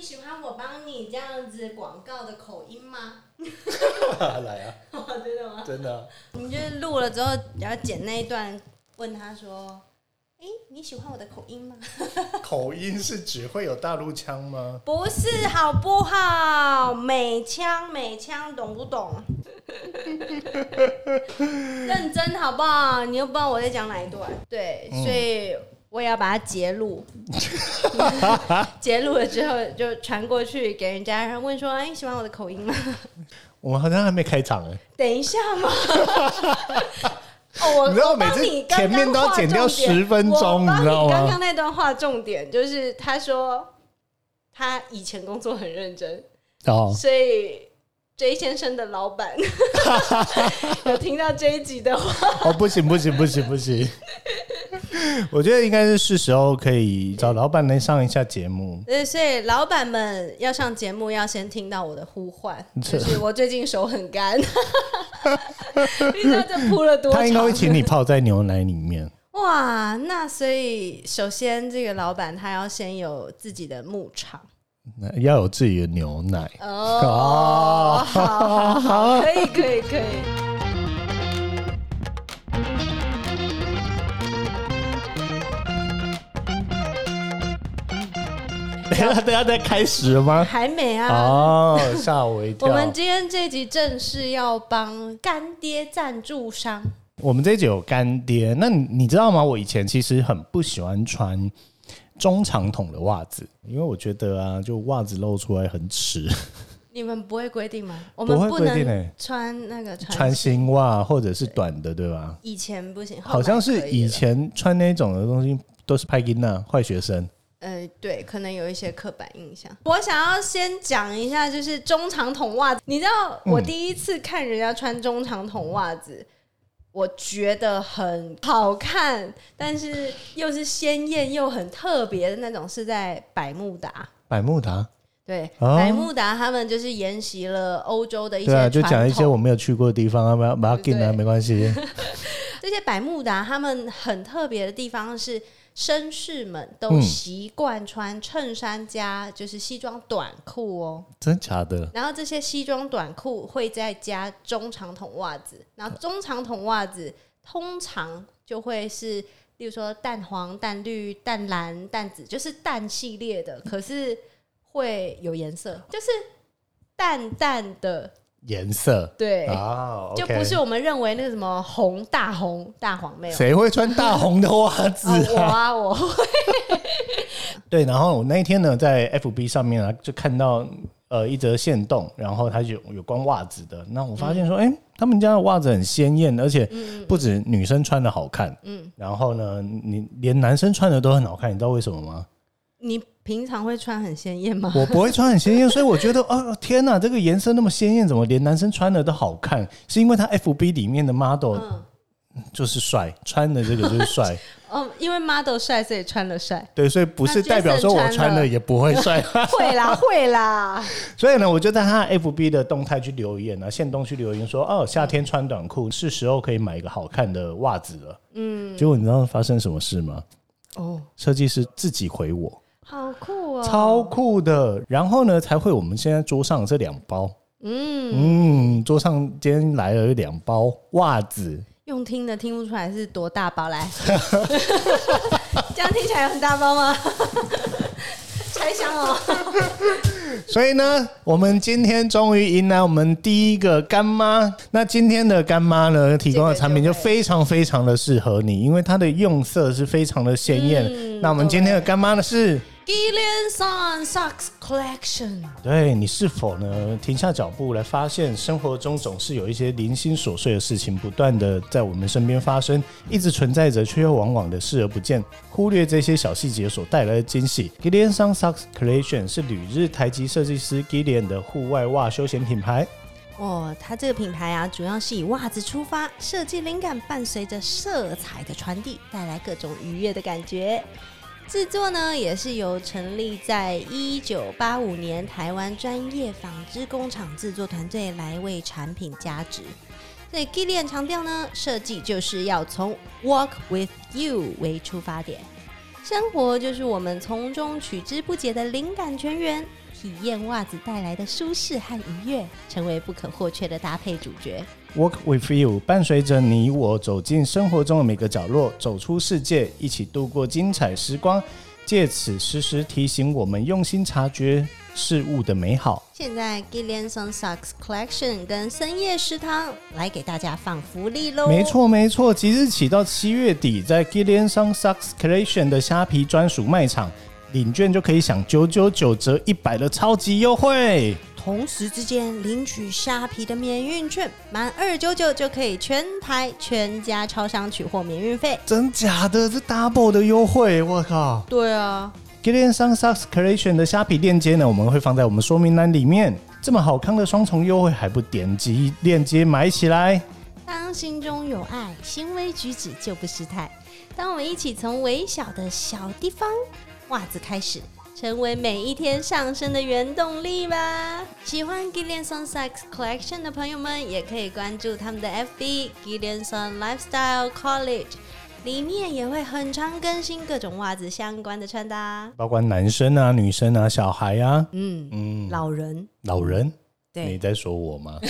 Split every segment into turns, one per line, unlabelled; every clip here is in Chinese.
喜欢我帮你这样子广告的口音吗？
来啊，
哦，真的吗？
真的啊、
我们就是录了之后，然后剪那一段，问他说：“哎、你喜欢我的口音吗
口音是指会有大陆腔吗？”？
不是，好不好？美腔美腔，懂不懂？ 认真好不好？你又不知道我在讲哪一段，对，所以我也要把它截 录，截录了之后就传过去给人家，然后问说：“哎、你喜欢我的口音吗？”
我们好像还没开场哎、
等一下嘛。 哦，我
你知道
我帮
每次
你刚刚
前面都要
划
剪掉
重点
10分钟
我帮
你知道吗
刚刚那段话重点就是他说他以前工作很认真，
哦，
所以 J 先生的老 板有听到这一集的话，
哦，不行不行不行不行， 我觉得应该是是时候可以找老板来上一下节目。
对，所以老板们要上节目要先听到我的呼唤，
这
就是我最近手很干， 你知道这铺了多长？
他应该会请你泡在牛奶里面。
哇，那所以首先这个老板他要先有自己的牧场
那要有自己的牛奶。
哦，好好好，可以可以可以。
等一下，等一下再开始了吗？
还没啊，
哦，吓我一跳。
我们今天这集正式要帮干爹赞助商，
我们这一集有干爹，那你你知道吗？我以前其实很不喜欢穿中长筒的袜子，因为我觉得啊，就袜子露出来很耻。
你们不会规定吗？我
不
们
会
不
规定
能
欸
穿那个船
穿新袜或者是短的，对吧？
以前不行，
好
后
像
来可
是以
了
前穿那种的东西都是派金娜坏学生。
呃，对，可能有一些刻板印象。我想要先讲一下，就是中长筒袜子。你知道，
嗯
我第一次看人家穿中长筒袜子，我觉得很好看，但是又是鲜艳又很特别的那种，是在百慕达。
百慕达，
对，
哦
百慕达他们就是沿袭了欧洲的一些
对啊，
传
就
统，
讲一些我没有去过的地方啊，不要不要进来
对
没关系。
这些百慕达他们很特别的地方是，绅士们都
嗯
习惯穿衬衫加就是西装短裤哦。
真假的？
然后这些西装短裤会再加中长筒袜子，然后中长筒袜子通常就会是，例如说淡黄、淡绿、淡蓝、淡紫，就是淡系列的，可是会有颜色，就是淡淡的，
颜色
对，
啊，
就
OK
不是我们认为那个什么红、大红、大黄没有。
谁会穿大红的袜子
哦
啊？
我 啊，我
对，然后我那一天呢，在 FB 上面啊，就看到呃一则线动，然后它有有关袜子的，那我发
嗯
现说，哎、他们家的袜子很鲜艳，而且不止女生穿的好看，嗯，然后呢，你连男生穿的都很好看，你知道为什么吗？
你平常会穿很鲜艳吗？
我不会穿很鲜艳，所以我觉得，哦天哪，这个颜色那么鲜艳，怎么连男生穿的都好看？是因为他 FB 里面的 model
嗯，
就是帅，穿的这个就是帅，
哦，因为 model 帅，所以穿了帅。
对，所以不是
那
代表说
Jason
我
穿
穿
了
了也不会帅。
会啦，会啦。
所以呢，我就在他 FB 的动态去留言啊，线动去留言说，哦，夏天穿短裤是时候可以买一个好看的袜子了。嗯，结果你知道发生什么事吗？
哦，
设计师自己回我，
好酷哦！
超酷的。然后呢，才会我们现在桌上这两包，
嗯，
嗯，桌上今天来了两包袜子，
用听的听不出来是多大包来， 这样听起来有很大包吗？ 猜想哦，
所以呢，我们今天终于迎来我们第一个干妈。那今天的干妈呢，提供的产品就非常非常的适合你，因为它的用色是非常的鲜艳。那我们今天的干妈呢是，
Gillian Sun Socks Collection，
对你是否呢停下脚步来发现，生活中总是有一些零星琐碎的事情不断的在我们身边发生，一直存在着，却又往往的视而不见，忽略这些小细节所带来的惊喜。Gillian Sun Socks Creation 是旅日台籍设计师 Gillian 的户外袜休闲品牌。
哦，它这个品牌啊，主要是以袜子出发，设计灵感伴随着色彩的传递，带来各种愉悦的感觉。制作呢，也是由成立在一九八五年台湾专业纺织工厂制作团队来为产品加值。所以 Gillian 强调呢，设计就是要从 Walk with You 为出发点，生活就是我们从中取之不竭的灵感泉源，体验袜子带来的舒适和愉悦，成为不可或缺的搭配主角。
Walk with you，伴随着你我走进生活中的每个角落，走出世界，一起度过精彩时光。借此时时提醒我们用心察觉事物的美好。
现在 Gillian Sun Socks Collection 跟深夜食堂来给大家放福利喽！
没，错，没错，即日起到七月底，在 Gillian Sun Socks Creation 的虾皮专属卖场领券就可以享九九九折一百的超级优惠。
同时之间领取虾皮的免运券，满二九九就可以全台全家超商取货免运费。
真假的？这 double 的优惠，我靠！
对啊，
Gillian Sun Socks Creation 的虾皮链接呢，我们会放在我们说明栏里面。这么好康的双重优惠，还不点击链接买起来？
当心中有爱，行为举止就不失态。当我们一起从微小的小地方袜子开始，成为每一天上升的原动力吧。喜欢 Gillianson Socks Collection 的朋友们，也可以关注他们的 FB Gillianson Lifestyle College，里面也会很常更新各种袜子相关的穿搭。
包括男生啊、女生啊、小孩啊、
嗯，
嗯，
老人
老人，
对
你在说我吗？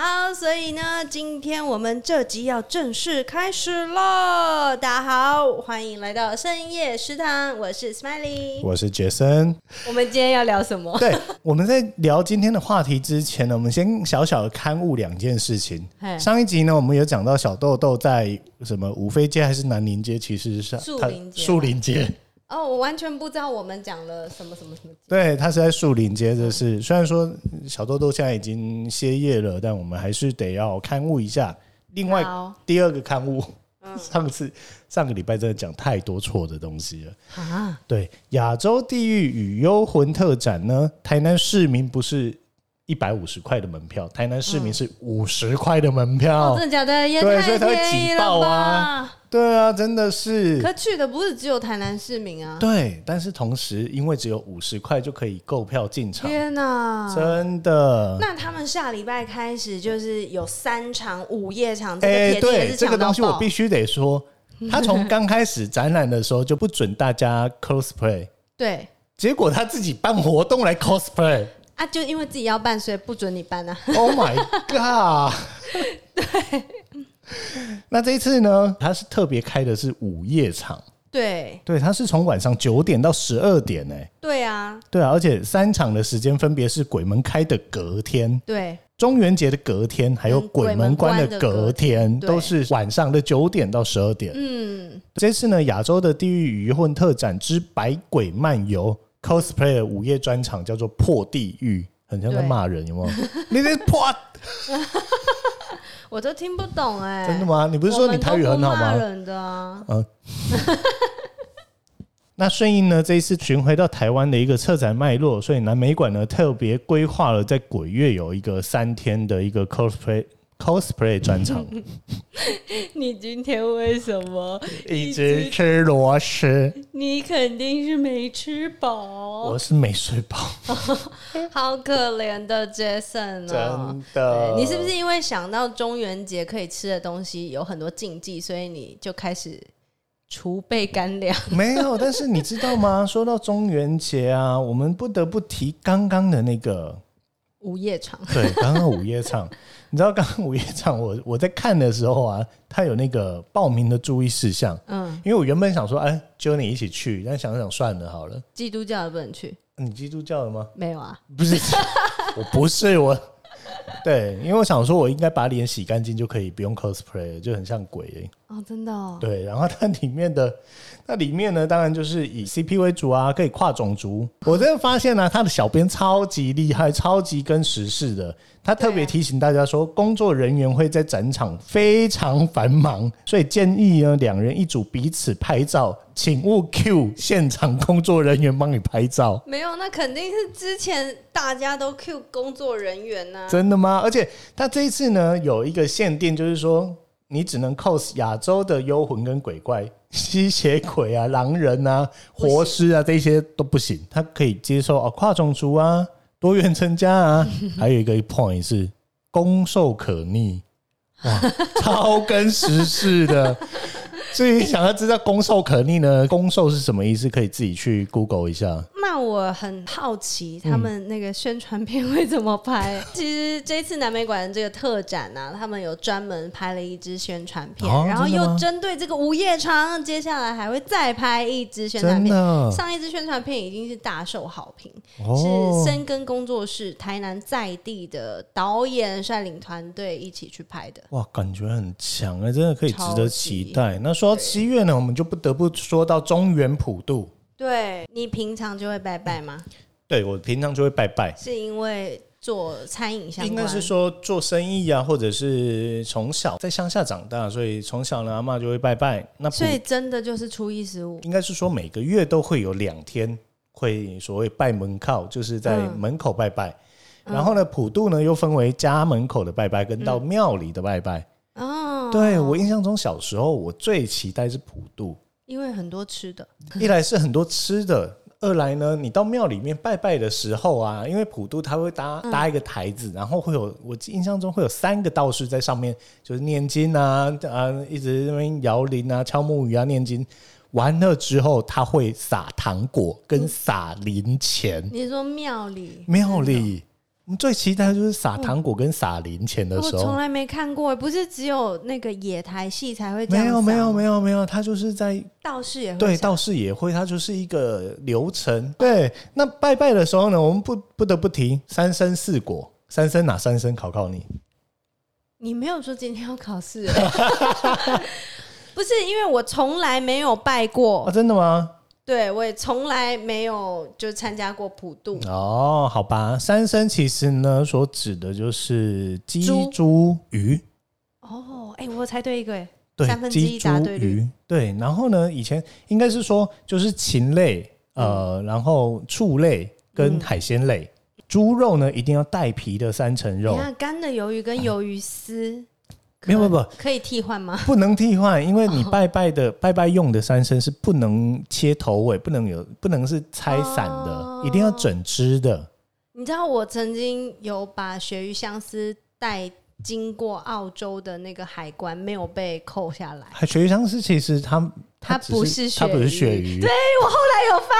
好，所以呢，今天我们这集要正式开始喽！大家好，欢迎来到深夜食堂，我是 Smiley。
我是 杰森。
我们今天要聊什么？
对，我们在聊今天的话题之前呢，我们先小小的刊物两件事情。
嘿
上一集呢，我们有讲到小豆豆在什么五妃街还是南宁街，其实是
树
它
林街啊
树林街。
哦，我完全不知道我们讲了什么什么什么。
对，他是在树林街，这是虽然说小豆豆现在已经歇业了，但我们还是得要刊物一下。另外，
好嗯
第二个刊物， 上次上个礼拜真的讲太多错的东西了。
啊，
对，亚洲地狱与幽魂特展呢，台南市民不是一百五十块的门票，台南市民是五十块的
嗯
门
哦，
票。
真的假的？也
对所
太
以才会
便宜
挤
了
爆
吧！
啊对啊，真的是。
可去的不是只有台南市民啊！
对，但是同时，因为只有五十块就可以购票进场，
天啊哪！
真的。
那他们下礼拜开始就是有三场午夜场，这
哎、
个铁定也
对
是
这
抢
个
到
东西我
爆
必须 得说，他从刚开始展览的时候就不准大家 cosplay，
对
结果他自己办活动来 cosplay。
啊，就因为自己要办，所以不准你办啊！
Oh my god！对。那这一次呢，他是特别开的是午夜场，
对
对，他是从晚上九点到十二点哎、
对啊，
对啊，而且三场的时间分别是鬼门开的隔天、
对
中元节的隔天，还有
嗯
鬼门关的
鬼门关的隔
隔天，
对
都是晚上的九点到十二点。
嗯，
这次呢，亚洲的地狱与混特展之百鬼漫游 cosplay 的午夜专场叫做破地狱，很像在骂人，有没 有？你这破啊
我都听不懂哎、
真的？吗？你
不
不是说你台语很好
骂
吗？
人的啊，
那顺应呢，这一次巡回到台湾的一个策展脉络，所以南美馆呢特别规划了在鬼月有一个三天的一个 cosplay。cosplay 专场，
你今天为什么？
一直吃螺丝，
你肯定是没吃饱，
我是没睡饱，
好可怜的 Jason 哦。
真的
对。你是不是因为想到中元节可以吃的东西有很多禁忌，所以你就开始储备干粮？
没有，但是你知道吗？ 说到中元节啊，我们不得不提刚刚的那个，
午夜场
对，刚刚午夜 场。你知道刚刚午夜场我，我在看的时候啊，它有那个报名的注意事项，
嗯，
因为我原本想说，哎，揪你一起去，但想想算了，好了。
基督教的不能去，
你基督教的吗？
没有啊？
不是， 我不是我。对，因为我想说，我应该把脸洗干净就可以，不用 cosplay，了就很像鬼、欸。
哦，真的哦，
对，然后它里面的 那里面呢，当然就是以 CP 为主啊，可以跨种族。我真的发现呢、他的小编超级厉害，超级跟时事的。他特别提醒大家说，工作人员会在展场非常繁忙，所以建议呢，两人一组彼此拍照，请勿 Q 现场工作人员帮你拍照。
没有，那肯定是之前大家都 Q 工作人员啊呐、
真的吗？而且他这一次呢，有一个限定，就是说你只能 cos 亚洲的幽魂跟鬼怪、 吸血鬼啊、狼人啊、
不行
活尸啊，这些都不行。他可以接受哦，跨种族啊、多元成家啊， 还有一个 point 是攻受可逆，哇，超跟时事的。所以想要知道攻受可逆呢，攻受是什么意思？可以自己去 Google 一下。
那我很好奇，
嗯
他们那个宣传片会怎么拍？ 其实这次南美馆这个特展呢、啊，他们有专门拍了一支宣传片，
哦
然后
真的吗
又针对这个午夜场，接下来还会再拍一支宣传
真
片。
的
上一支宣传片已经是大受好评，
哦
是深耕工作室台南在地的导演率领团队一起去拍的。
哇，感觉很强哎，真的可以值
超
得
级
期待。那说到七月呢，我们就不得不说到中原普渡。
对你平常就会拜拜吗？
对我平常就会拜拜，
是因为做餐饮相
应
关？
该是说做生意啊，或者是从小在乡下长大，所以从小呢，阿嬷就会拜拜。那普
所以真的就是初一十五。
应该是说每个月都会有两天会所谓拜门靠，就是在
嗯
门口拜拜。然后呢，普渡呢又分为家门口的拜拜跟
嗯
到庙里的拜拜。
哦，
对我印象中小时候我最期待是普渡，
因为很多吃的，
一来是很多吃的，二来呢，你到庙里面拜拜的时候啊，因为普渡它会搭
嗯
搭一个台子，然后会有我印象中会有三个道士在上面，就是念经啊啊，一直在那边摇铃啊、敲木鱼啊、念经。完了之后，他会撒糖果跟
嗯
撒零钱。
你是说庙里
庙里，我们最期待就是撒糖果跟撒零钱的
我
时
哦嗯从
候。
来没看过，不是只有那个野台戏才会这样子
没有
啊，
没有没有没有，他就是在
道士也会
对，
这样
道士也会，它就是一个流程。对，那拜拜的时候呢，我们不不得不提三生四果。三生哪三生？考考你。
你没有说今天要考试欸、不是因为我从来没有拜
哦，
过，
真的吗？
对我也从来没有就参加过普渡，
哦，好吧，三生其实呢，所指的就是鸡、
猪
猪、鱼。
哦，哎、我猜对一个、欸，
对
三，分之
鸡、
一
猪
答、对率
鱼。对，然后呢，以前应该是说就是禽类，
嗯
呃，然后畜类跟海鲜类。猪肉呢，一定要带皮的三层
你
肉。
看干的鱿鱼跟鱿鱼丝，
没有
可
没有
可以替换吗？
不能替换，因为你
哦
拜拜的、拜拜用的三牲是不能切头尾，不能有，不能是拆散的，
哦
一定要整只的。
你知道我曾经有把鳕鱼相思带经过澳洲的那个海关，没有被扣下来。
鳕鱼香丝其实它
它
只
不
是
是
它不是
鳕
鳕
鱼
鱼，
对我后来有发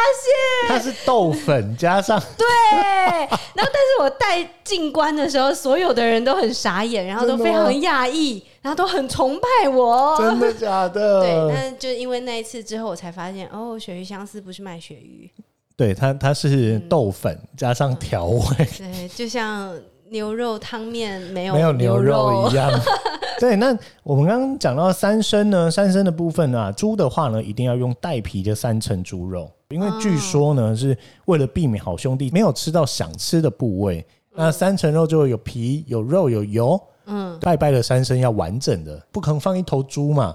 它是豆粉加上
哦现， 然后但是我带进关的时候，所有的人都很傻眼，然后都
真的
非
吗
常讶异，然后都很崇拜我。
真的假
对，
的？
但就因为那一次之后，我才发现哦，鳕鱼相思不是卖鳕鱼，
对，它它是
嗯
豆粉加上调味，
对，就像牛肉汤面没有
没有牛肉
肉
一样。对，那我们刚刚讲到三牲呢，三牲的部分啊，猪的话呢，一定要用带皮的三层猪肉，因为据说
哦
呢、是为了避免好兄弟没有吃到想吃的部位，那三层肉就会有皮、有肉、有油。
嗯，
拜拜的三牲要完整的，不可能放一头猪嘛，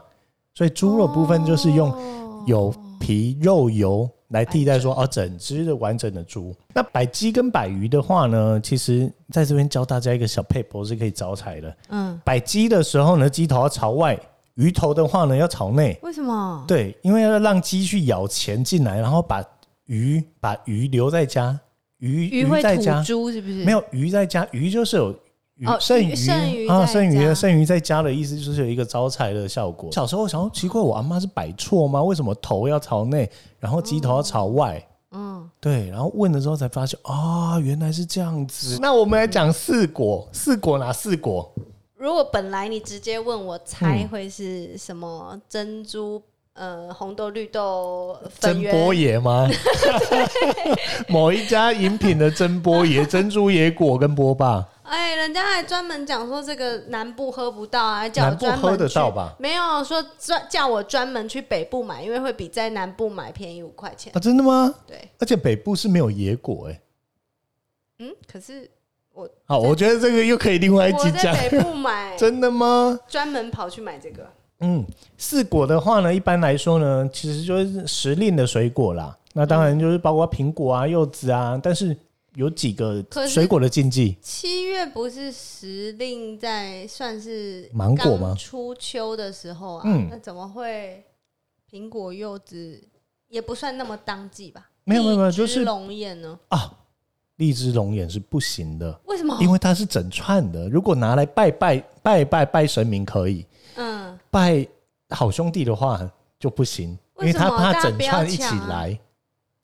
所以猪肉部分就是用
哦
有皮肉油来替代说哦整只的完整的猪。那摆鸡跟摆鱼的话呢，其实在这边教大家一个小配博是可以招财的。
嗯，
摆鸡的时候呢，鸡头要朝外；鱼头的话呢，要朝内。
为什么？
对，因为要让鸡去咬钱进来，然后把鱼把鱼留在家，鱼
鱼会
在
吐
家
珠是不是？
没有鱼在家，鱼就是有鱼、
哦
剩
鱼剩鱼
啊，
在
剩鱼
家
剩鱼在家的意思就是有一个招财的效果。小时候想说奇怪，我阿妈是摆错吗？为什么头要朝内，然后鸡头要朝外？
嗯，
对，然后问的时候才发现啊、原来是这样子。 那我们来讲四果，四果哪四果？
如果本来你直接问我猜会是什么珍珠、呃红豆、绿豆、粉
珍波
圆，
爷吗？ 某一家饮品的珍波爷、珍珠野果跟波霸，
哎，人家还专门讲说这个南部喝不到啊，还叫我
南部
专门
喝得
去
到吧？
没有说专叫我专门去北部买，因为会比在南部买便宜五块钱。
啊，真的吗？
对，
而且北部是没有野果哎、
嗯，可是
好，我觉得这个又可以另外一
我
集讲。
在北部买，
真的吗？
专门跑去买这个。
嗯，四果的话呢，一般来说呢，其实就是时令的水果啦。那当然就是包括苹果啊、柚子啊，但是有几个
嗯可是
水果的禁忌，
七月不是时令在算是
芒果吗
刚初秋的时候啊，
嗯
那怎么会苹果、柚子也不算那么当季吧？
没有没有没有
荔枝
就是
龙眼呢？
啊荔枝龙眼是不行的，
为什么？
因为它是整串的。如果拿来拜拜拜拜拜神明可以，
嗯，
拜好兄弟的话就不行，
为
因为
什
他
么大
怕
家
整
不要
串一起
抢啊
来，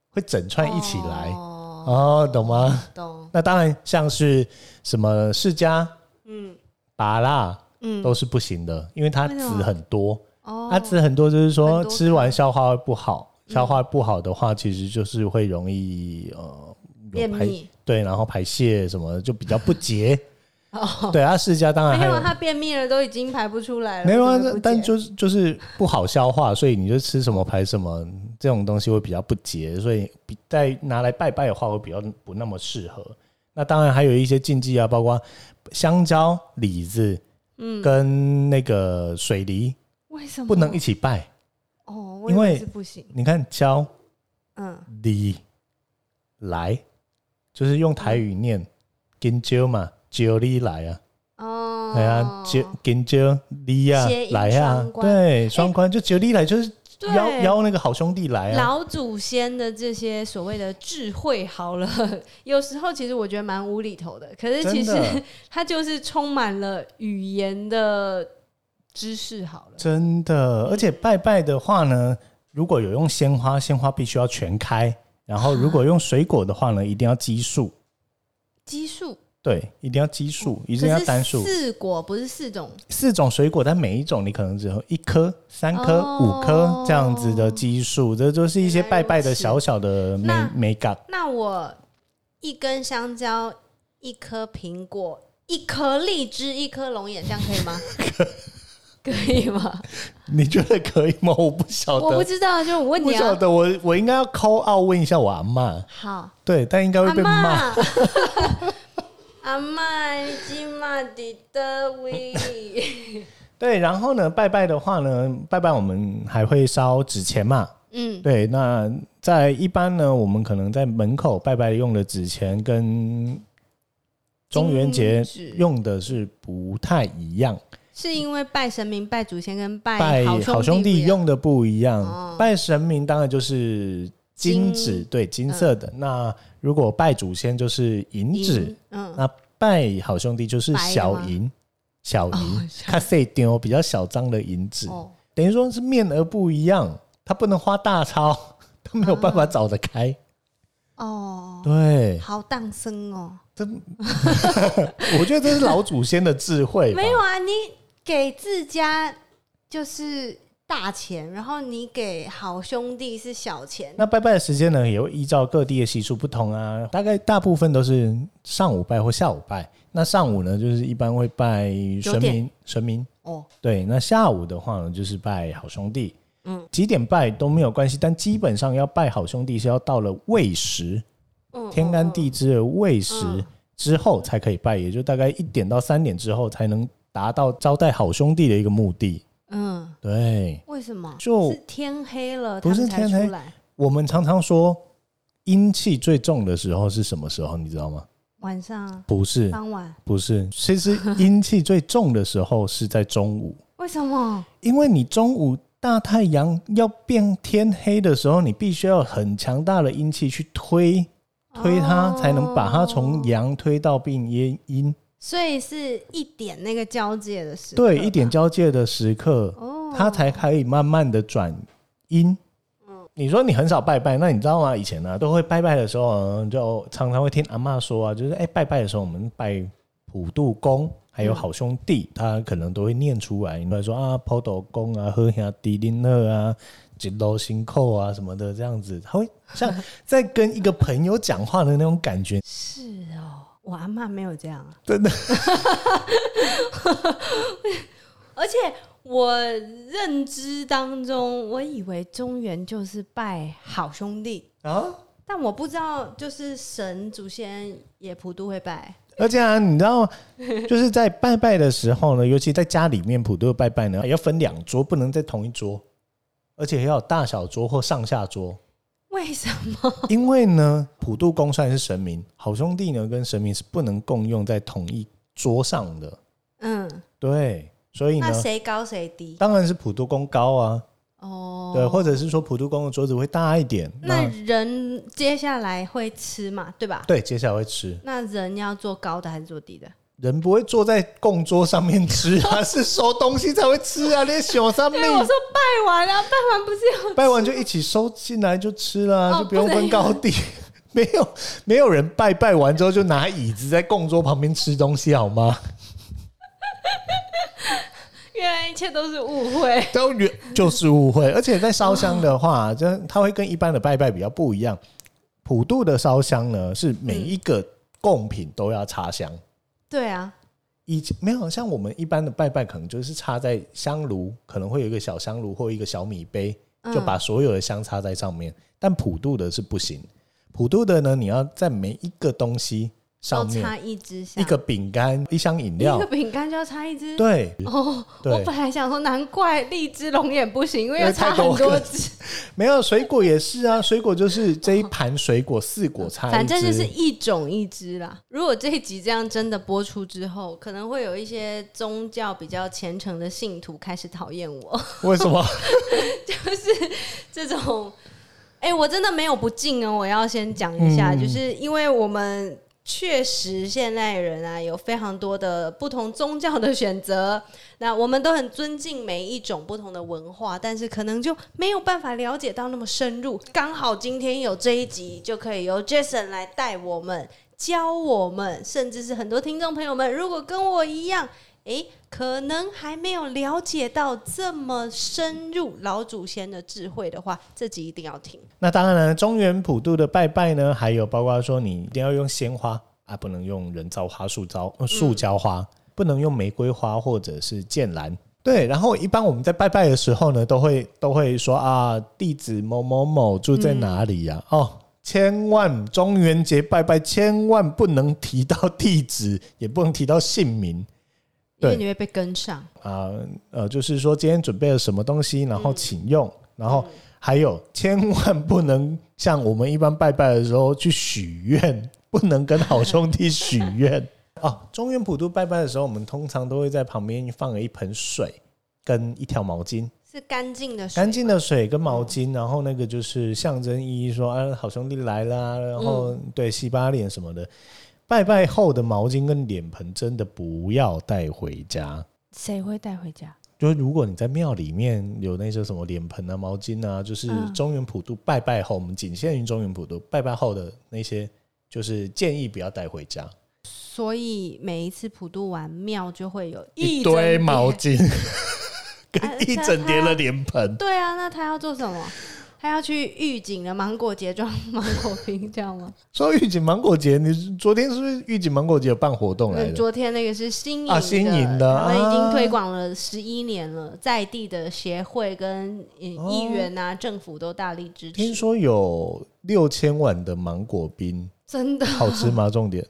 会整串一起来
哦，
哦，懂吗？
懂，
那当然，像是什么释迦、
嗯
拔蜡
嗯，
都是不行的，因为它
为
籽
什么
很多，
哦，
它籽很多就是说
很多嗯
吃完消化会不好，消化不好的话，其实就是会容易呃有
便
排
秘
对，然后排泄什么就比较不洁。
哦，
对啊，释迦当然
没
还
有
有
啊，他便秘了都已经排不出来了，
没有啊
为什么不，
但
解
就是就是不好消化，所以你就吃什么排什么这种东西会比较不洁，所以比在拿来拜拜的话会比较不那么适合。那当然还有一些禁忌啊，包括香蕉、李子，嗯，跟那个水梨
为什么
不能一起拜。
哦，我以
因为
是不行，
你看蕉、
嗯，
李、来，就是用台语念金蕉嘛，蕉李来啊，
哦，
哎呀，蕉金蕉李啊
谐音
来啊
双，关
对，双关就蕉李来就是。
对
邀邀那个好兄弟来啊！
老祖先的这些所谓的智慧，好了， 有时候其实我觉得蛮无厘头的，可是其实
真的
它就是充满了语言的知识，好了，
真的，而且拜拜的话呢，如果有用鲜花，鲜花必须要全开；然后如果用水果的话呢，一定要奇数，
奇数，
对，一定要奇数，一定
可
要
是
单数。
四果不是四种，
四种水果，但每一种你可能只有一颗、三颗、
哦
五颗这样子的奇数，这都是一些拜
原
拜
来
的
如此
小小的美
那
美感。
那我一根香蕉，一颗苹果，一颗荔枝，一颗龙眼，这样可以吗？ 可以吗？
你觉得可以吗？我不晓
我不
得，
知道，就我问
不
你
晓
啊。
得，我我应该要 call out 问一下我阿妈，
好，
对，但应该会
阿
被骂。
妈， 阿妈，你今嘛伫倒位？
对，然后呢，拜拜的话呢，拜拜我们还会烧纸钱嘛。
嗯，
对，那在一般呢，我们可能在门口拜拜用的纸钱跟中元
金
节
纸
用的是不太一样，
是因为拜神明、拜祖先跟
拜
好
好
兄
兄弟
不一样
用的不一样。
哦
拜神明当然就是金纸，
金嗯
对，金色的。那如果拜祖先就是银纸，
银，嗯，
那拜好兄弟就是
白的
小
吗
银，小
哦
银，卡塞丢比较小张的银纸。
哦，
等于说是面额不一样，他不能花大钞，他没有办法找得开。
哦，
对，
好荡生哦。
这我觉得这是老祖先的智慧吧。
没有啊，你给自家就是大钱，然后你给好兄弟是小钱。
那拜拜的时间呢，也会依照各地的习俗不同啊，大概大部分都是上午拜或下午拜。那上午呢，就是一般会拜
九
神
点
明，神明
哦，
对，那下午的话呢，就是拜好兄弟，
嗯
嗯，几点拜都没有关系，但基本上要拜好兄弟是要到了未时，
嗯
天干地支的未时
嗯
之后才可以拜，也就大概一点到三点之后才能达到招待好兄弟的一个目的。
嗯，
对
为什么？
就是
天黑了，
不
他
是
们才
天黑
出来，
我们常常说，阴气最重的时候是什么时候？你知道吗？
晚上啊
不是，
傍晚，
不是，其实阴气最重的时候是在中午。
为什么？
因为你中午大太阳要变天黑的时候，你必须要有很强大的阴气去推推它，
哦
才能把它从阳推到变阴阴。
所以是一点那个交界的时刻
对，一点交界的时刻，
哦，
它才可以慢慢的转阴。你说你很少拜拜，那你知道吗？以前呢、都会拜拜的时候，嗯就常常会听阿嬷说啊，就是哎、拜拜的时候，我们拜普渡公，还有好兄弟，他可能都会念出来，你会说啊，普渡公啊，喝下迪林乐啊，几楼辛扣啊什么的，这样子，他会像在跟一个朋友讲话的那种感觉。
是哦，我阿妈没有这样、啊，
真的。
而且我认知当中，我以为中原就是拜好兄弟，
啊！
但我不知道，就是神祖先也普渡会拜，
而且啊，你知道，就是在拜拜的时候呢，尤其在家里面普渡拜拜呢，要分两桌，不能在同一桌，而且要有大小桌或上下桌，
为什么？
因为呢，普渡公算是神明，好兄弟呢跟神明是不能共用在同一桌上的，
嗯，
对，所以呢
那，谁高谁低？
当然是普渡公高啊，
哦，
对，或者是说普渡公的桌子会大一点，
那
那
人接下来会吃嘛，对吧？
对，接下来会吃，
那人要做高的还是做低的？
人不会坐在供桌上面吃啊， 是熟东西才会吃啊，连小三妹
对，我说拜完啊，拜完不是有
拜完就一起收进来就吃啦，
哦
就不用分高低。 没有没有人拜拜完之后就拿椅子在供桌旁边吃东西好吗？
原来一切都是误会。
都原就是误会，而且在烧香的话，就它会跟一般的拜拜比较不一样。普渡的烧香呢，是每一个贡品都要插香。
对啊，
以前没有像我们一般的拜拜，可能就是插在香炉，可能会有一个小香炉或一个小米杯，
嗯
就把所有的香插在上面。但普渡的是不行，普渡的呢，你要在每一个东西
都
上面，
插一支香，
一个饼干、一箱饮
一
料
个，饼干就要插一支。
对，
哦，
对
我本来想说，难怪荔枝龙眼不行，因为要插
因
很
为太多
多
个
支，
没有水果也是啊，水果就是这一盘水果四果插一支，
反正就是一种一支啦。如果这一集这样真的播出之后，可能会有一些宗教比较虔诚的信徒开始讨厌我，
为什么？
就是 这种。哎、我真的没有不敬哦，我要先讲一下，
嗯
就是因为我们确实现代人啊有非常多的不同宗教的选择，那我们都很尊敬每一种不同的文化，但是可能就没有办法了解到那么深入。刚好今天有这一集，就可以由 Jason 来带我们、教我们，甚至是很多听众朋友们，如果跟我一样。诶，可能还没有了解到这么深入老祖先的智慧的话，这集一定要听。
那当然了，中原普渡的拜拜呢，还有包括说你一定要用鲜花啊，不能用人造花、塑胶、呃塑胶花，不能用玫瑰花或者是剑兰。对，然后一般我们在拜拜的时候呢，都会都会说啊，弟子某某某住在哪里呀、哦，千万中元节拜拜，千万不能提到地址，也不能提到姓名。
因为
对
你会被跟上，
啊、呃，就是说今天准备了什么东西，然后请用，然后还有千万不能像我们一般拜拜的时候去许愿，不能跟好兄弟许愿哦。中原普渡拜拜的时候，我们通常都会在旁边放了一盆水跟一条毛巾，
是干净的水，
干净的水跟毛巾，然后那个就是象征意义说，啊，好兄弟来啦，然后、对洗把脸什么的。拜拜后的毛巾跟脸盆真的不要带回家。
谁会带回家？
就是如果你在庙里面有那些什么脸盆啊、毛巾啊，就是
嗯
中原普渡拜拜后，我们仅限于中原普渡拜拜后的那些，就是建议不要带回家，
所以每一次普渡完庙就会有
一
整
堆
叠
毛。巾 跟
啊
一整叠的脸 盆。
对啊，那他要做什么？他要去预警的芒果节装芒果冰，这样吗？
说预警芒果节，你昨天是不是预警芒果节有办活动来
嗯，
的？
昨天那个是新
啊
颖
新颖的
他们已经
啊
推广了十一年了，在地的协会跟呃
哦
议员啊、政府都大力支持。
听说有六千碗的芒果冰，
真的，
好吃吗？重点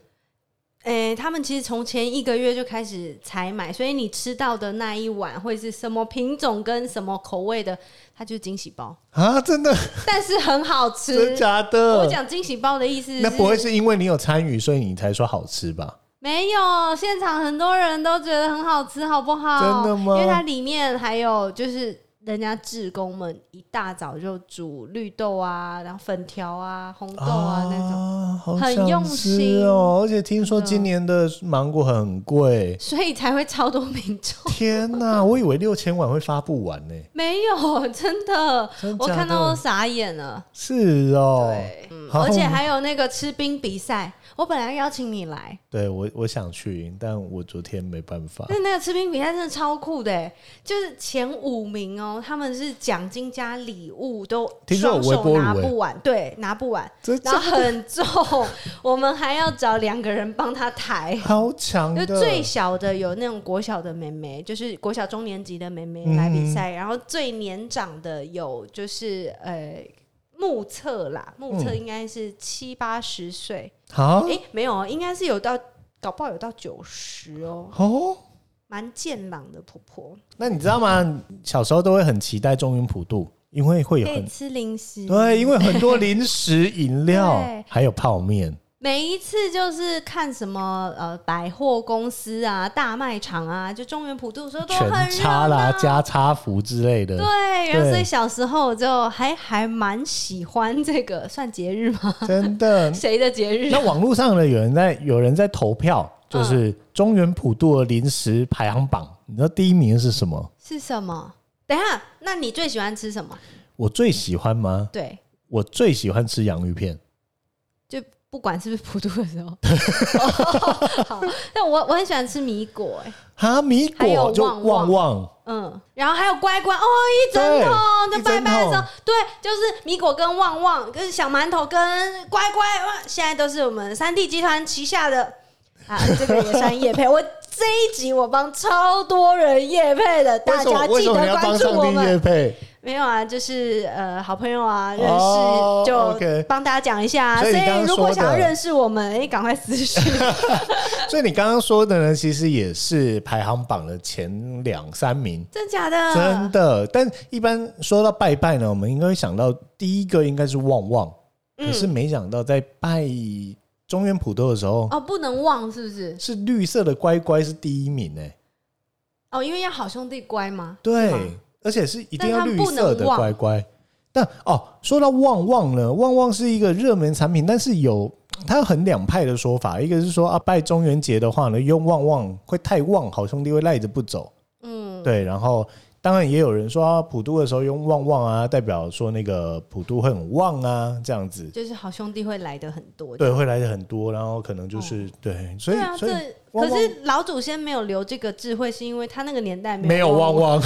诶、他们其实从前一个月就开始采买，所以你吃到的那一碗会是什么品种跟什么口味的，它就是惊喜包，
啊，真的
但是很好
真
吃。
假
我
的？
讲惊喜包的意思，
那不会是因为你有参与，所以你才说好吃吧？
没有，现场很多人都觉得很好吃，好不好？
真的吗
因为它里面还有就是人家志工们一大早就煮绿豆啊，然后粉条啊、红豆啊那种，
种
很用心
哦。而且听说
真的，
今年的芒果很 贵
所以才会超多民众。
天哪！我以为六千碗会发不完呢、
没有，真的，
真
我
假
看到都
的
傻眼了。
是哦，好
嗯而且还有那个吃冰比赛，我本来邀请你来，
对我我想去，但我昨天没办法。
但那个吃冰比赛真的超酷的欸，就是前五名哦，他们是奖金加礼物都
听说有
双
微
手
波
拿
炉欸
不完，对，拿不 完，
这
然后很重，我们还要找两个人帮他 抬。
好强
就
的，
最小的有那种国小的妹妹，就是国小中年级的妹妹来比
嗯
赛，然后最年长的有就是呃目测啦，目测
嗯
应该是七八十岁，
好
哎、没有，应该是有到，搞不好有到九十哦，
哦。
蛮健朗的婆婆，
那你知道吗？小时候都会很期待中原普渡，因为会有
可以
很
吃零食。
对，因 为很多零食、饮料
对
还有泡面。
每一次就是看什么呃百货公司啊、大卖场啊，就中原普渡的时候都很
全叉啦、
热闹
加叉福之类的，
对，然后
对
所以小时候我就还还蛮喜欢这个，算节日吗？
真的
谁的节日嗯
那？网络上呢，有人在有人在投票，就是中原普渡的零食排行榜，你知道第一名是什么？
是什么？等一下，那你最喜欢吃什么？
我最喜欢吗？
对，
我最喜欢吃洋芋片。
就不管是不是普渡的 时候。 好，但我我很喜欢吃米果、哎，
哈米
还有
果就
旺旺
旺旺，
嗯，然后还有乖乖哦，一整桶
对
在拜拜的
一整
时候
桶，
对，就是米果跟旺旺，跟小馒头跟乖乖，哇，现在都是我们三 D 集团旗下的啊，这个也算叶配。我这一集我帮超多人叶配的，大家
为
记
什么为什么
得
你要
关
帮
注
上
我
帝
们
夜。配？
没有啊，就是呃，好朋友啊，认识、
哦
就
OK
帮大家讲一下、啊。
所以你刚刚
如果
说的
想要认识我们，哎、赶快私 讯。
所以你刚刚说的呢，其实也是排行榜的前两三名。
真假的？
真的，但一般说到拜拜呢，我们应该会想到第一个应该是旺旺，
嗯
可是没想到在拜中原普渡的时候，
哦，不能忘是不是？
是绿色的乖乖是第一名哎、
哦，因为要好兄弟乖嘛。是吗
对，而且是一定要绿色
但它不
的
能旺
乖乖。但哦，说到旺旺呢，旺旺是一个热门产品，但是有它有很两派的说法，一个是说啊，拜中元节的话呢，用旺旺会太旺，好兄弟会赖着不走。
嗯，
对，然后当然也有人说、啊、普渡的时候用旺旺啊，代表说那个普渡会很旺啊，这样子，
就是好兄弟会来的很多。
对，会来的很多，然后可能就是、对，所以、
对啊，
所以
这
旺
可
旺
是老祖先没有留这个智慧，是因为他那个年代
没有
有
旺
旺。
旺，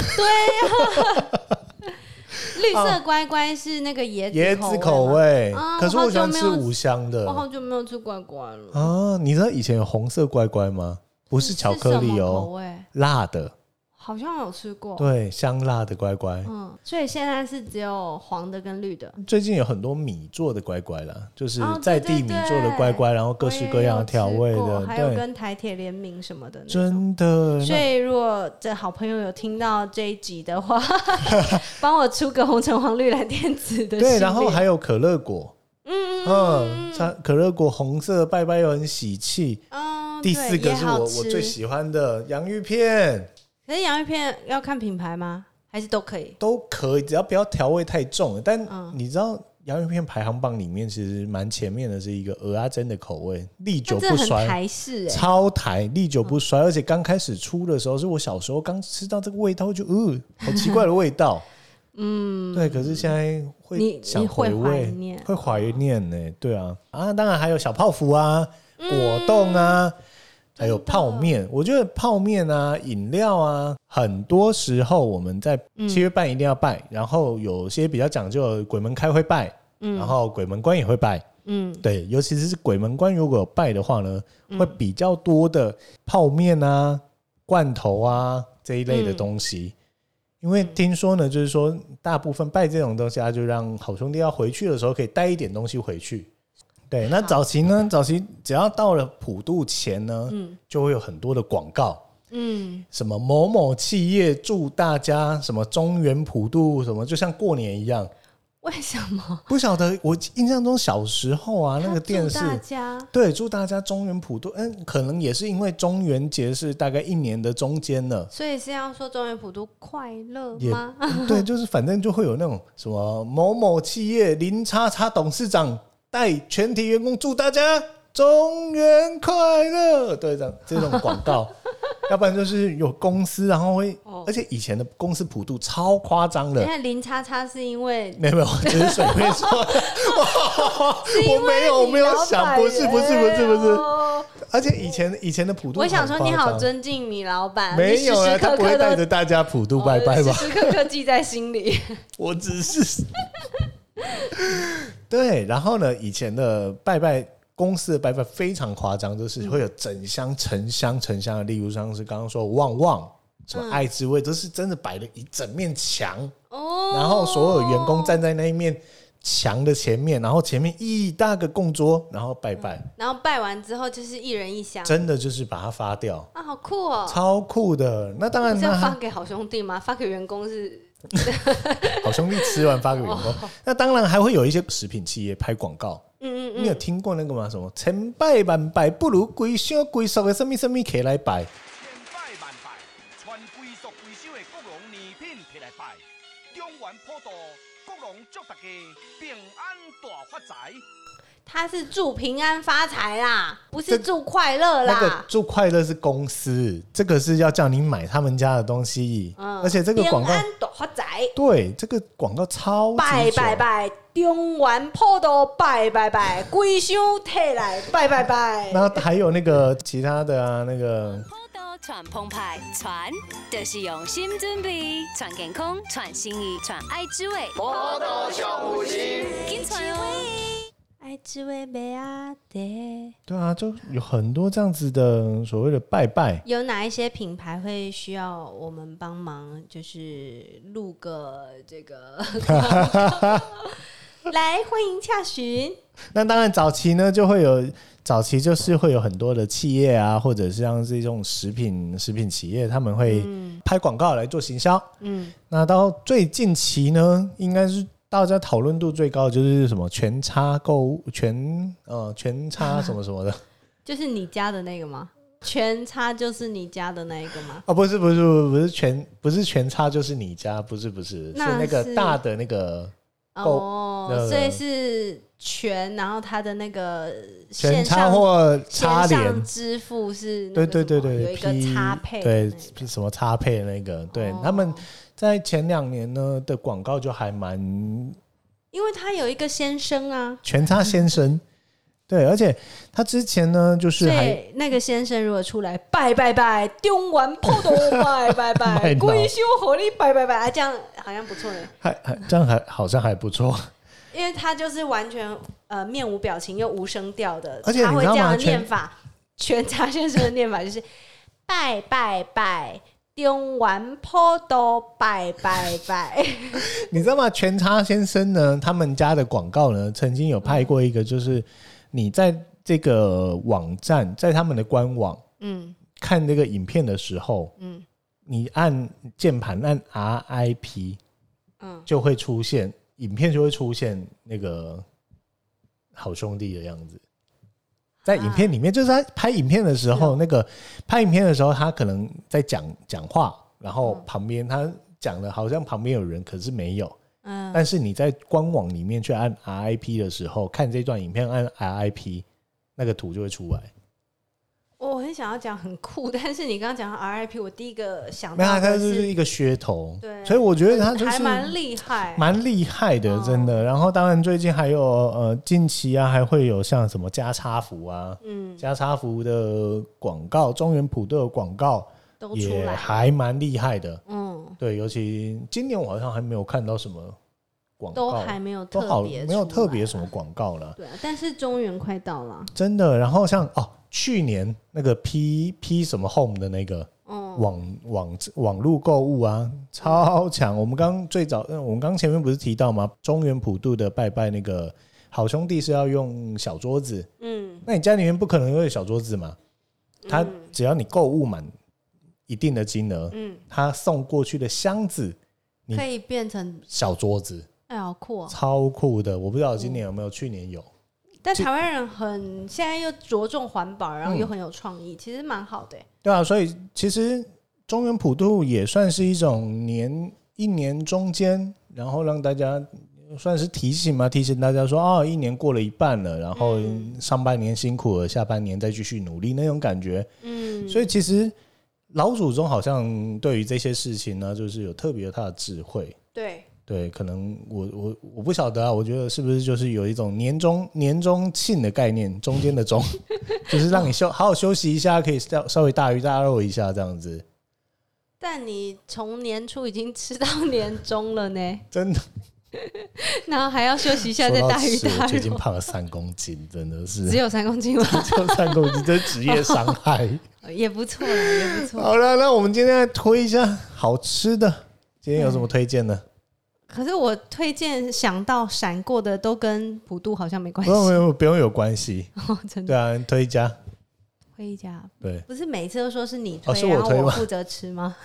绿色乖乖是那个椰
椰
子
子
口
口
味
味
啊，
可是我喜欢
我好
吃
久没有
五香的
嘛。我好久没有吃乖乖了。
啊。你知道以前有红色乖乖吗？不是巧克
嗯是
力
什么口
哦，
味
辣的，
好像有吃过。
对，香辣的乖乖。
嗯，所以现在是只有黄的跟绿的。
最近有很多米做的乖乖啦，就是
嗯哦对
在地
对
米
对
做的乖乖，然后各式各样的调味
我也有吃过
的，
还有
对，
跟台铁联名什么的那种。
真的。
所
那
以，如果这好朋友有听到这一集的话， 帮我出个红橙黄绿蓝靛紫的系列。
对，然后还有可乐果，
嗯
嗯，它可乐果红色拜拜又很喜气。
嗯，
第四
对
个
也
是
好
我
吃
我最喜欢的洋芋片，
可是洋芋片要看品牌吗？还是都可以？
都可以，只要不要调味太重。但
嗯
你知道洋芋片排行榜里面其实蛮前面的是一个鹅阿珍的口味，历久
但这
不
很
衰，
台式哎、
超台历久不衰。而且刚开始出的时候，是我小时候刚吃到这个味道就呃，好奇怪的 味道。嗯，对，可是现在
你
会想
你会
回
怀
味
念，
会怀念呢、对啊，啊，当然还有小泡芙啊，
嗯
果冻啊，还有泡面。我觉得泡面啊、饮料啊，很多时候我们在
嗯
七月半一定要拜，然后有些比较讲究，鬼门开会拜，然后鬼门关也会拜。
嗯，
对，尤其是鬼门关如果有拜的话呢，会比较多的泡面啊、罐头啊这一类的东西。因为听说呢，就是说大部分拜这种东西，他就让好兄弟要回去的时候可以带一点东西回去。对，那
好
早期呢，早期只要到了普渡前呢，就会有很多的广告，
嗯，
什么某某企业祝大家什么中原普渡什么，就像过年一样。
为什么？
不晓得，我印象中小时候啊，那
他
个电
祝
视
大家。
对，祝大家中元普渡。嗯，可能也是因为中元节是大概一年的中间 了
所以是要说中原普渡快乐
也
吗？
对，就是反正就会有那种什么某某企业林叉叉董事长带全体员工祝大家中元快乐，对，这样这种 广告。要不然就是有公司，然后会，
哦哎
而且以前的公司普渡超夸张
你
的。
看林叉叉是因为
没有没有，只是随便说， 我没有我没有想，不是不是不是不是，
哦
而且以前以前的普渡
我
很夸
想
张，
说你好尊敬你老板，你
没有
时
啊，
时
他
刻
不会
刻
带
都哦
着大家普渡拜拜吧？
时时刻刻记在心里。
我只是对，然后呢，以前的拜拜公司的拜拜非常夸张，
嗯
就是会有整箱、成箱、成箱的，例如像是刚刚说的旺旺。什
嗯
么爱之味，这是真的摆了一整面墙，
哦，
然后所有员工，站在那一面墙的前面，然后前面一大个供桌，然后拜拜，
然后拜完之后就是一人一箱，
真的就是把它发掉，
啊，好酷哦！
超啊酷的。那当然，
是
那
要
它
发给好兄弟吗？发给员工是
好兄弟吃完发给员工。哦
哦
那当然还会有一些食品企业拍广告，
嗯嗯
你有听过那个吗？什么成败万败不如归乡归宿的什么什么起来拜？
千拜万拜，传规族规首的国龙礼品摕来拜，中原普渡，国龙祝大家平安大发财。
他是祝平安发财啦，不
这
是祝快乐
那个
啦。
祝快乐是公司，这个是要叫你买他们家的东西，
嗯
而且这个广告
平安大发财，
对这个广告超级
拜
久
拜拜，中原普渡拜拜拜，龟箱退来拜拜 拜。
然后还有那个其他的啊，那个
好多传澎湃，传就是用心准备，传健康，传心意，传爱滋味。好多上有心，紧传哦！
爱之味贝阿德，
对啊，就有很多这样子的所谓的拜拜，
有哪一些品牌会需要我们帮忙，就是录个这 个 来欢迎洽询，
那当然，早期呢就会有，早期就是会有很多的企业啊，或者是像是这种食品食品企业，他们会
嗯
拍广告来做行销。嗯，那到最近期呢，应该是大家讨论度最高的就是什么全差购物全呃全差什么什么 的
就是你家的那个吗？全差就是你家的那一个吗？
啊，不是不是不是不是全不是全差就是你家，不是不是
那
是那个
是
大的那个购那
哦
个，
所以是全，然后它的那个
全
线
差
上
或差
线
联
上。支付是那
对
个
对对
什么
对，
有一个
P-
差配的那
对
个，
什么搭配那个，对、
哦
他们在前两年呢的广告就还蛮
因为它有一个先生啊，
全差先生， 对，而且他之前呢就是
所
还
以那个先生如果出来
拜拜拜，中原普渡拜拜
卖
拜，
脑
龟箱合力拜拜拜，啊这样好像不错呢。
还还这样还好像还不错，
因为他就是完全呃面无表情又无声调的，
而且你
他会
知道
这样
吗
的
全
念法， 全茶先生的念法就是拜拜拜，中完坡都拜拜拜，
你知道吗？全差先生呢，他们家的广告呢曾经有拍过一个，就是你在这个网站，在他们的官网
嗯
看这个影片的时候，
嗯
你按键盘按 R I P，
嗯，
就会出现影片就会出现那个好兄弟的样子。在影片里面，就是他拍影片的时
啊
候，那个拍影片的时候，他可能在讲讲话，
嗯
然后旁边他讲的好像旁边有人，可是没有。
嗯
但是你在官网里面去按 RIP 的时候，看这段影片按 RIP，那个图就会出来。
我很想要讲很酷，但是你刚刚讲到 RIP，我第一个想
没有，啊
到
它
的
就是
是
一个噱头。
对
所以我觉得它就是
还蛮厉害，嗯
蛮厉害的，真的。然后当然最近还有呃，近期啊还会有像什么加差服啊，
嗯，
加差服的广告，中原普渡的广告
都出
也
来，
还蛮厉害的。
嗯，
对，尤其今年我好像还没有看到什么广
都
告，
还没有
都
特
好
别，
没有特别什么，广告了，
对啊，但是中原快到了，
真的。然后像哦，去年那个 P P 什么 Home 的那个，
嗯，
网网网络购物啊，超强！我们刚最早，嗯，我们刚前面不是提到吗？中原普渡的拜拜那个好兄弟是要用小桌子，
嗯
那你家里面不可能会有小桌子嘛？他只要你购物满一定的金额，
嗯，
他送过去的箱子你
可以变成
小桌子，
哎呀好酷哦。
超酷的！我不知道今年有没有，去年有。
但
这嗯
台湾人很现在又着重环保，然后又很有创意，其实蛮好的欸、
对啊，所以其实中原普渡也算是一种年一年中间，然后让大家呃算是提醒嘛，提醒大家说哦，一年过了一半了，然后上半年辛苦了，下半年再继续努力那种感觉。
嗯，
所以其实老祖宗好像对于这些事情呢，就是有特别有他的智慧。
对，
对，可能我我我不晓得啊，我觉得是不是就是有一种年终年终庆的概念，中间的中， 就是让你休好好休息一下，可以稍稍微大鱼大肉一下这样子，
但你从年初已经吃到年终了呢，
真的。
然后还要休息一下
说
再
到
大鱼
吃，
大
我最近
肉，
胖了三公斤，真的是
只有三公斤吗？
就三公斤，这是职业伤害。
也不错啦，也不错。
好了，那我们今天来推一下好吃的，今天有
嗯
什么推荐呢？
可是我推荐想到闪过的都跟普渡好像没关
不
系，
用不用不用有关系，
哦，真的。
对啊，推一家
推一下，
对。
不是每次都说是你
哦
推，
是我
然后
推
我
吗
负责吃吗？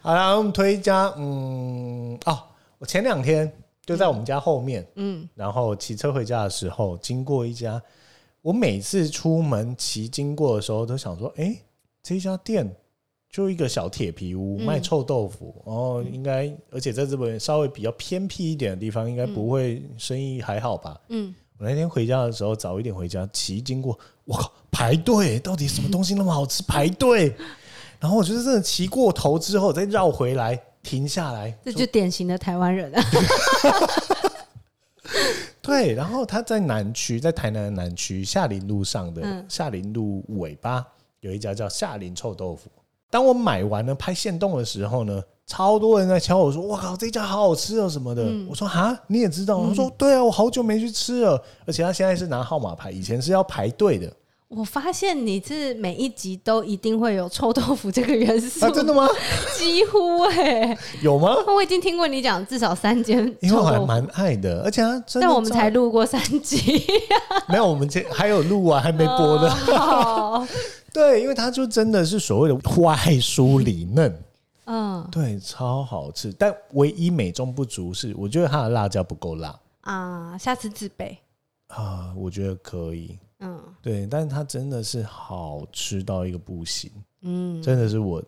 好啦，我们推一家，嗯，哦，我前两天就在我们家后面，
嗯，
然后骑车回家的时候，经过一家，我每次出门骑经过的时候，都想说，诶，这家店就一个小铁皮屋
嗯
卖臭豆腐，哦，应该，而且在日本稍微比较偏僻一点的地方，应该不会生意还好吧？
嗯，
我那天回家的时候早一点回家，骑经过，我靠，排队，到底什么东西那么好吃？排队。然后我就是真的骑过头之后再绕回来，停下来，
这就典型的台湾人啊！
对，然后他在南区，在台南的南区夏林路上的、
嗯
夏林路尾巴有一家叫夏林臭豆腐。当我买完了拍现动的时候呢，超多人在敲我说：“哇靠，这家好好吃哦什么的。
嗯
我说：“哈，你也知道？”他说：“对啊，我好久没去吃了，而且他现在是拿号码牌，以前是要排队的。
我发现你是每一集都一定会有臭豆腐这个元素，
啊，真 的？吗？
几乎哎、
有吗？
我已经听过你讲至少三间
因为
臭
我还
豆腐，
蛮爱的，而且他真的
但我们
照
才录过三集。
没有，我们这还有录啊，还 没 播呢。
哦，
对，因为它就真的是所谓的外酥里嫩。
嗯
对，超好吃，但唯一美中不足是，我觉得它的辣椒不够辣
啊，下次自备。
啊，我觉得可以。
嗯
对，但是它真的是好吃到一个不行，
嗯，
真的是我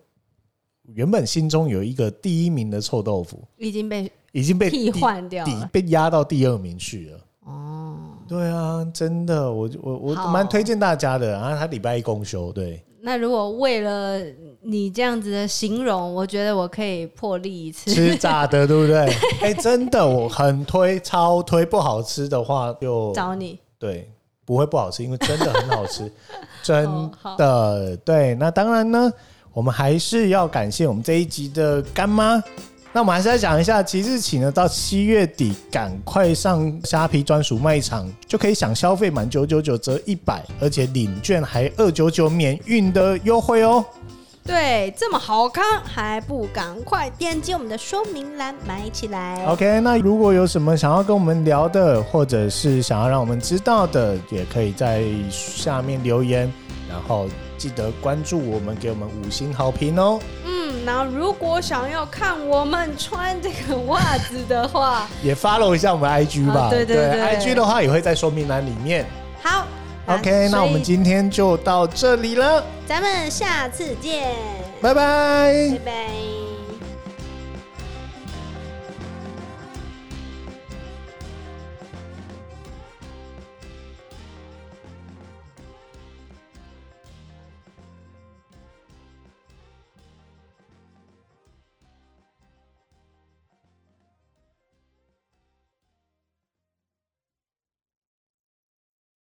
原本心中有一个第一名的臭豆腐，
已经被
已经被
替
第
换掉
第
了。
被压到第二名去了。
哦，
对啊，真的，我我我
好
蛮推荐大家的啊，它礼拜一公休， 对，
那如果为了你这样子的形容，我觉得我可以破例一次。
吃炸的，对不对？哎、真的，我很推，超推，不好吃的话 就
找你，
对，不会不好吃，因为真的很好 吃，真
哦好
的。对，那当然呢，我们还是要感谢我们这一集的干妈。那我们还是要讲一下，即日起呢，到七月底，赶快上虾皮专属卖场，就可以享消费满九九九折一百，而且领券还二九九免运的优惠哦。
对，这么好康还不赶快点击我们的说明栏买起来
OK，那如果有什么想要跟我们聊的，或者是想要让我们知道的，也可以在下面留言，然后记得关注我们，给我们五星好评哦。
嗯，然后如果想要看我们穿这个袜子的 话，
也 follow 一下我们 IG 吧，
啊对对对啊
i g 的话也会在说明栏里面。
好
OK，那我们
今
今天就到这里了，
咱们下次见，
拜拜
拜拜。